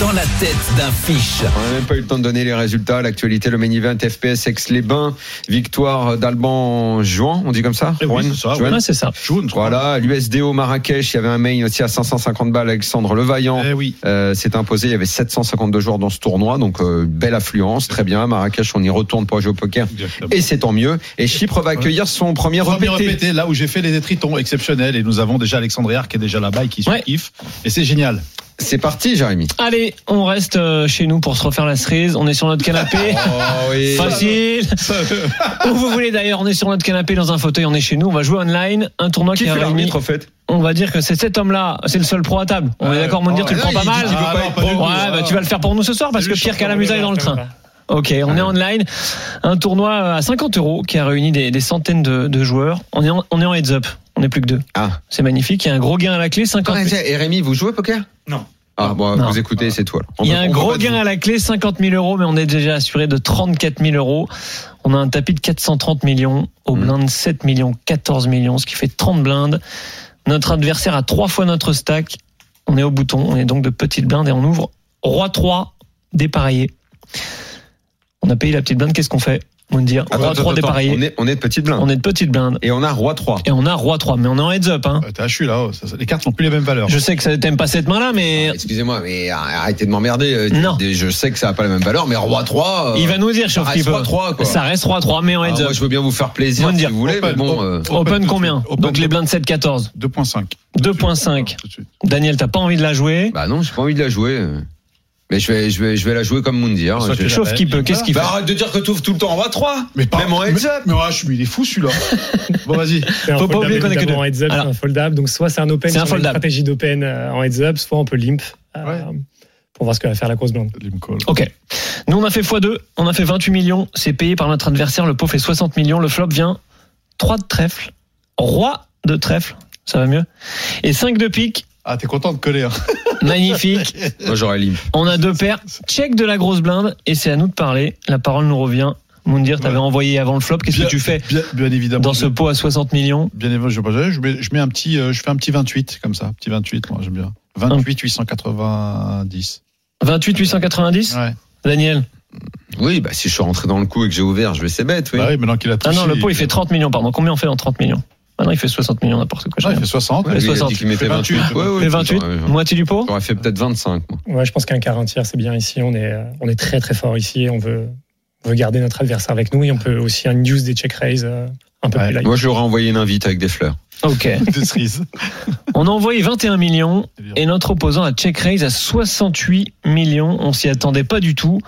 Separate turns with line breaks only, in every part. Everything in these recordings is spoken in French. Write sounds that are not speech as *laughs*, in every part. dans la tête d'un fiche.
On n'a même pas eu le temps de donner les résultats. L'actualité, le main event FPS ex les bains victoire d'Alban Juan, on dit comme ça
Eh oui,
Juan
c'est ça.
Juan
Ouais, c'est ça.
Voilà, l'USDO Marrakech, il y avait un main aussi à 550 balles, Alexandre Levaillant.
Eh oui.
Euh, s'est imposé, il y avait 752 joueurs dans ce tournoi, donc euh, belle affluence, très bien. Marrakech, on y retourne pour jouer au poker,
Exactement.
et c'est tant mieux. Et Chypre va accueillir son premier
Premier
repété.
répété, là où j'ai fait les tritons exceptionnels et nous avons déjà Alexandre Héard qui est déjà là-bas et qui
Ouais.
se kiffe. Et c'est génial. *laughs*
C'est parti, Jérémy.
Allez, on reste euh, chez nous pour se refaire la cerise. On est sur
*laughs*
notre canapé.
Oh,
Oh. oui.
Facile. Où vous voulez d'ailleurs, on est sur notre canapé dans un fauteuil, on est chez nous, on va jouer online. Un tournoi
Qui
qui,
fait
a réuni.
l'arbitre, en fait
On va dire que c'est cet homme-là, c'est le seul pro à table. On est d'accord, Mondir,
oh,
tu le
là,
prends pas
il-
mal
il veut pas
Ah,
être
non,
pro.
du tout.
Ouais, bah, tu vas le faire pour nous ce soir parce que Pierre Calamusa est dans le train. Ok, on est online. Un tournoi euh, à 50 euros qui a réuni des, des centaines de, de joueurs. On est en, on est en heads up. On est plus que deux.
Ah.
C'est magnifique. Il y a un gros gain à la clé, 50
Ah, tiens, et Rémi, vous jouez au poker
Non.
Ah, bon,
Non.
vous écoutez, c'est toi. alors. On
Il y a
va-
un
on va
gros
pas te-
gain à la clé, 50 000 euros, mais on est déjà assuré de 34 000 euros. On a un tapis de 430 millions, au
Mhm.
blind 7 millions, 14 millions, ce qui fait 30 blindes. Notre adversaire a trois fois notre stack. On est au bouton, on est donc de petites blindes et on ouvre Roi 3 dépareillé. On a payé la petite blinde, qu'est-ce qu'on fait On dire
Attends,
Roi
Ah, attends,
3
attends, On
dépareillé.
est, on est de petite blinde.
On est de petites blindes
Et on a roi 3.
et on a Roi 3, mais on est en heads up. Hein.
Ouais, T'es hachu là. oh, ça- ça- les cartes n'ont plus les mêmes valeurs.
Je sais que ça t'aime pas cette main là, mais
Excusez-moi, mais arrêtez de m'emmerder. euh,
Non.
des- Je sais que ça n'a pas la même valeur, mais roi 3.
il va nous dire sur
ça reste roi 3, quoi.
Ça reste Roi 3, mais en
Ah,
heads
moi,
up.
je veux bien vous faire plaisir
Moins de
si
dire.
vous voulez, mais
Open,
bon.
open.
euh,
Open,
tout de
combien
suite. Open
Donc
tout
les
de
blindes 7-14.
2.5.
2.5.
Tout de suite.
Daniel, t'as pas envie de la jouer
Bah non, j'ai pas envie de la jouer. euh. Mais je vais, je vais, je vais la jouer comme Moundir. hein,
Soit
Je-
tu la-
Chauffe Bah, qui peut, qu'est-ce qu'il fait
Bah, arrête de dire que tu ouvres tout le temps roi 3.
Mais pas
Même en
mais-
heads up.
Mais ouais, je suis il est fou
*laughs*
celui-là. bon vas-y.
Faut pas oublier qu'on est que
est
deux.
en heads up,
Alors.
c'est un foldable. Donc soit c'est un open,
C'est
sur
un
une
foldable.
stratégie d'open euh, en heads up, soit on peut limp euh,
Ouais.
pour voir ce que va faire la grosse blinde.
Les me call.
Ok. Nous, on a fait x2, on a fait 28 millions, c'est payé par notre adversaire, le pot fait 60 millions, le flop vient 3 de trèfle, roi de trèfle, ça va mieux, et 5 de pique,
Ah t'es content de coller. hein. *laughs*
magnifique,
Moi, j'aurais limp.
on a deux paires, check de la grosse blinde, et c'est à nous de parler, la parole nous revient. Moundir, t'avais
Ouais.
envoyé avant le flop, qu'est-ce que tu fais
Bien, bien évidemment.
dans ce pot à 60 millions
Bien évidemment, je, je, mets, je mets un petit, euh, je fais un petit 28 comme ça, petit 28, moi j'aime bien. 28 890.
28 890
Ouais.
Daniel
Oui, bah, si je suis rentré dans le coup et que j'ai ouvert, je vais, c'est bête, oui.
Bah oui, maintenant qu'il a
Ah
touché.
non, le pot il fait 30 millions, pardon. Combien on fait dans 30 millions Ah non, il fait 60 millions, n'importe quoi. j'ai
Non, Ah, il
rien.
fait 60.
Ouais,
les
lui, il a dit
60.
qu'il mettait
Les 28.
28. Ouais, ouais,
Les 28,
j'aurais-
moitié du pot
J'aurais fait peut-être 25. moi.
Ouais, je pense qu'un quart, un tiers, c'est bien ici. On est, euh, on est très très fort ici. On veut, on veut garder notre adversaire avec nous et on peut aussi un news des check raise euh, un peu
Ouais.
plus light.
Moi, je lui aurais envoyé une invite avec des fleurs.
Ok.
Des cerises.
On a envoyé 21 millions
Évidemment.
et notre opposant a check raise à 68 millions. On s'y attendait pas du tout.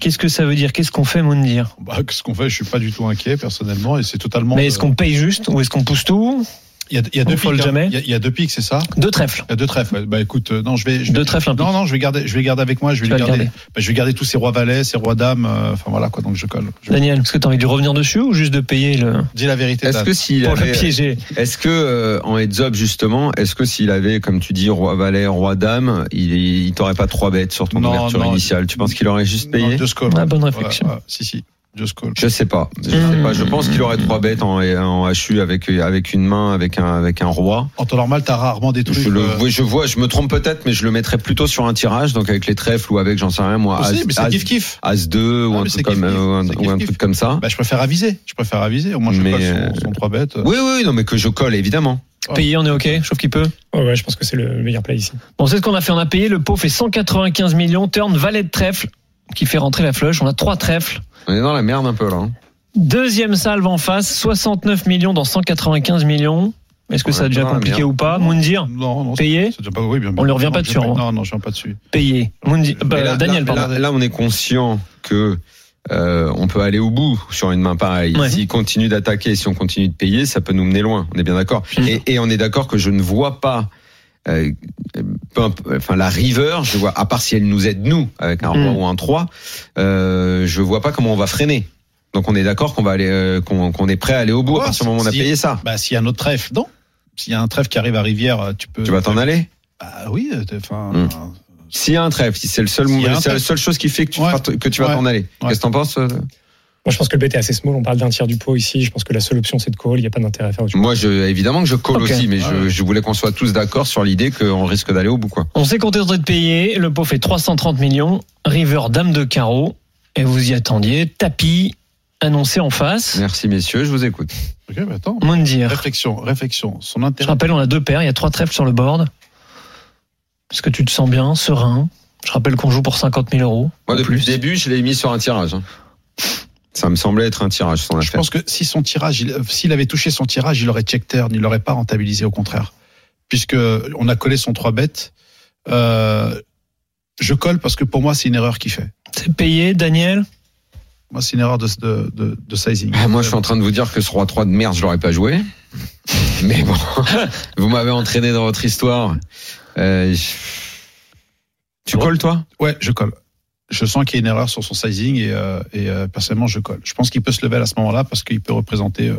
Qu'est-ce que ça veut dire Qu'est-ce qu'on fait, Moundir
Bah, ce qu'on fait, je suis pas du tout inquiet personnellement et c'est totalement. euh,
Mais est-ce qu'on paye juste ou est-ce qu'on pousse tout
Il y a, il y a
on
deux
fold
pics. hein.
jamais
Il y a- il y, a deux pics, c'est ça
Deux trèfles.
Il y a deux trèfles. ouais. Bah écoute, euh, non, je vais. Je vais
Deux trèfles, un pic.
non, non, je vais garder, je vais garder avec moi. Je vais
Tu vas
lui
le
garder.
garder.
bah, je vais garder tous ces rois valets, ces rois dames. euh, Enfin voilà quoi. Donc je colle. Je...
Daniel, est-ce que t'as envie de revenir dessus ou juste de payer le...
Dis la vérité.
Est-ce
Dan.
que s'il
pour le
avait, euh,
piéger
Est-ce que euh, en heads up justement, est-ce que s'il avait comme tu dis roi valet, roi dame, il, il t'aurait pas trois bêtes sur ton
Non,
ouverture
non.
initiale Tu penses qu'il aurait juste payé
Non, just call.
Ah, bonne
Voilà,
réflexion.
euh, ouais, Si si. Just call.
Je sais pas. Je sais
Hmm.
pas. Je pense qu'il aurait trois bêtes en, en HU avec avec une main, avec un avec un roi.
En temps normal, t'as rarement des trucs.
Je le
euh,
vois, je vois, je me trompe peut-être, mais je le mettrais plutôt sur un tirage, donc avec les trèfles ou avec j'en sais rien moi.
possible, mais
as,
c'est kiff kiff.
as 2 ou
Ah,
un
mais
truc
c'est
comme
kiff-kiff.
euh, un-
C'est
ou un
kiff-kiff.
truc comme ça.
Bah, euh. je préfère aviser. Je préfère aviser. Au moins, je
Mais, euh,
colle son, son 3 bêtes.
Oui oui non mais que je colle évidemment.
Payer, on est OK, sauf qu'il peut.
Ouais, ouais, je pense que c'est le meilleur play ici.
Bon, c'est ce qu'on a fait. On a payé. Le pot fait 195 millions. Turn, valet de trèfle qui fait rentrer la flush. On a trois trèfles.
On est dans la merde un peu là. hein.
Deuxième salve en face, 69 millions dans 195 millions. Est-ce que
Ouais,
ça a déjà
pas mal,
compliqué
bien.
ou pas Moundir,
Non, non.
payé
c'est- c'est pas- oui, bien-
On lui revient
non,
pas dessus, hein.
je-
en vrai.
Non, non, je viens pas dessus.
Payé. Moundir, bah,
Mais là,
Daniel,
là,
pardon.
là- là, on est conscient que euh, on peut aller au bout sur une main pareille.
Ouais.
S'il continue d'attaquer, si on continue de payer, ça peut nous mener loin. On est bien d'accord.
Mhm.
Et, et on est d'accord que je ne vois pas. euh, peu imp- enfin, la river, je vois, à part si elle nous aide nous avec un roi
Mhm.
ou un 3 euh, je vois pas comment on va freiner. Donc on est d'accord qu'on va aller, euh, qu'on qu'on est prêt à aller au bout
Ouais,
à partir du moment où on a
si-
payé ça.
Bah, s'il y a un autre trèfle, non. S'il y a un trèfle qui arrive à Rivière, euh, tu peux.
Tu vas t'en aller.
Bah oui, euh, t'es- enfin.
Mm.
euh,
S'il y a un trèfle, si c'est le seul
S'il y a
mouvement,
un
c'est la
trèfle.
seule chose qui fait que tu,
Ouais.
vas te- que tu vas
Ouais.
t'en aller.
Ouais.
Qu'est-ce que t'en penses euh
Moi, je pense que le bet est assez small. On parle d'un tiers du pot ici. Je pense que la seule option, c'est de call. Il n'y a pas d'intérêt à faire autre chose.
Moi, je, évidemment que je colle
Ok.
aussi, mais je,
Ouais.
je voulais qu'on soit tous d'accord sur l'idée qu'on risque d'aller au bout, quoi.
On s'est contenté de payer. Le pot fait 330 millions. River, dame de carreau. Et vous y attendiez. Tapis, annoncé en face.
Merci, messieurs, je vous écoute.
Ok, mais attends.
Mondir.
Réflexion, réflexion. Son
Je
intérêt.
rappelle, on a deux paires. Il y a trois trèfles sur le board. Est-ce que tu te sens bien, serein Je rappelle qu'on joue pour 50 000 euros.
Moi,
en
depuis
plus.
le début, je l'ai mis sur un tirage. hein. Ça me semblait être un tirage, son
Je
affaire.
pense que si son tirage, il- euh, s'il avait touché son tirage, il aurait check turn, il l'aurait pas rentabilisé au contraire, puisque euh, on a collé son 3 bêtes. Euh, je colle parce que pour moi c'est une erreur qu'il fait.
C'est payé, Daniel
Moi c'est une erreur de, de, de, de sizing.
Ah, moi, je suis en train de vous dire que ce roi 3 de merde, je l'aurais pas joué. *laughs* Mais
*laughs*
bon, vous m'avez entraîné dans votre histoire. Euh, je- Tu colles, toi
Ouais, je colle. Je sens qu'il y a une erreur sur son sizing et, euh, et euh, personnellement je colle. Je pense qu'il peut se lever à ce moment-là parce qu'il peut représenter euh,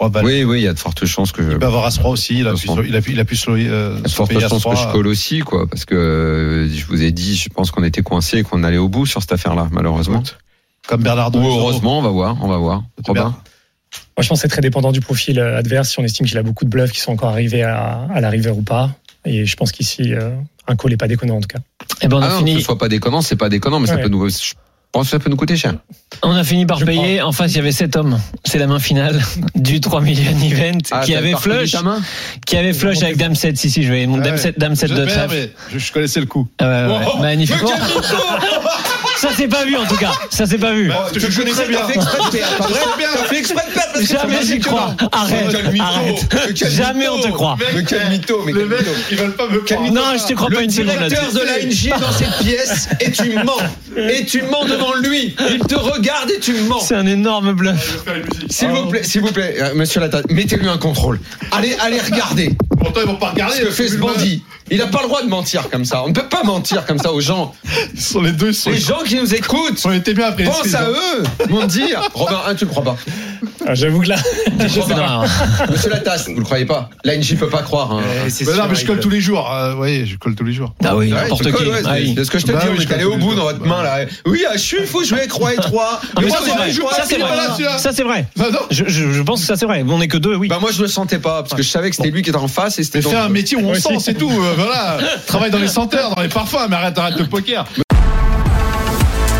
roi valet.
Oui, oui, il y a de fortes chances que je.
Il peut avoir As-3 aussi, il a, pu, se- il a, pu- il a pu se lever. Euh,
Il y a de
se
fortes
payer
chances que
As-3.
je colle aussi, quoi, parce que euh, je vous ai dit, je pense qu'on était coincés et qu'on allait au bout sur cette affaire-là, malheureusement.
euh, Comme Bernardo.
Ou heureusement, on va voir, on va voir. Robin,
Moi, je pense que c'est très dépendant du profil euh, adverse. Si on estime qu'il a beaucoup de bluffs qui sont encore arrivés à, à la river ou pas. Et je pense qu'ici, euh, un call n'est pas déconnant en tout cas.
Eh ben, on,
ah
a
non, que
fini,
ce soit pas déconnant, c'est pas déconnant, mais ça
Ouais.
peut nous, je pense que ça peut nous coûter cher.
on a fini par
Je
payer. En face, il y avait cet homme. C'est la main finale *laughs* du 3 million event
Ah,
qui, avait flush, Ah, qui avait flush avec Dame 7. Si, si, je vais. Mon
Ouais.
Dame 7, Dame 7
Je
de
perds,
trèfle.
mais Je, je connaissais le coup.
Ah ouais, ouais,
Oh,
ouais. Magnifique.
mais quel
Oh. *laughs* Ça c'est pas vu en tout cas. Ça c'est pas
Bah,
vu.
je le connaissais bien.
fait exprès de perdre
Jamais j'y crois. Arrête. Arrête. Jamais on te croit.
Mais quel mytho, mais quel mytho.
ils veulent pas me
Non, je te crois pas une seconde là-dessus.
l'ANG est dans cette pièce et tu mens. Et tu mens devant lui. Il te regarde et tu mens.
*laughs* C'est Ah. un énorme bluff.
*laughs* S'il vous plaît, s'il vous plaît, euh, monsieur Latat, mettez-lui un contrôle. Allez, allez regarder
Pourtant, ils vont pas regarder.
ce que fait ce bandit. Il n'a pas le droit de mentir comme ça. On ne peut pas mentir comme ça aux gens.
Ils sont les deux, ils sont.
Les gens qui nous écoutent,
On était bien après.
pense à eux, vont dire. Robin, un, tu le crois pas.
Ah, J'avoue que là,
Non,
Monsieur Latasse, vous le croyez pas. L'ANJ peut pas croire. hein.
Eh,
Mais non, mais je colle tous les jours. euh, Vous voyez, je colle tous les jours.
Ah oui,
Ouais,
n'importe
je
qui.
colle, ouais,
Ah
c'est-
oui.
c'est ce que je t'ai
Bah
dit,
oui,
on
je
est allé
colle
au bout
tous
dans
les
votre
jours.
main là. Oui, ah, je suis fou, je vais croire et trois.
Ah, mais
Moi,
ça c'est
je
vrai.
joue pas,
Ça c'est
il est pas là, celui-là.
vrai. Ça c'est vrai.
Non, non.
Je, je, je pense que ça c'est vrai. On est que deux, oui.
Bah moi je le sentais pas parce que je savais que c'était lui qui était en face et c'était
Mais fais un
dangereux.
métier où on
Ouais,
sent,
si.
c'est tout. euh,
*laughs*
Voilà. Travaille dans les senteurs, dans les parfums, mais arrête, arrête le poker.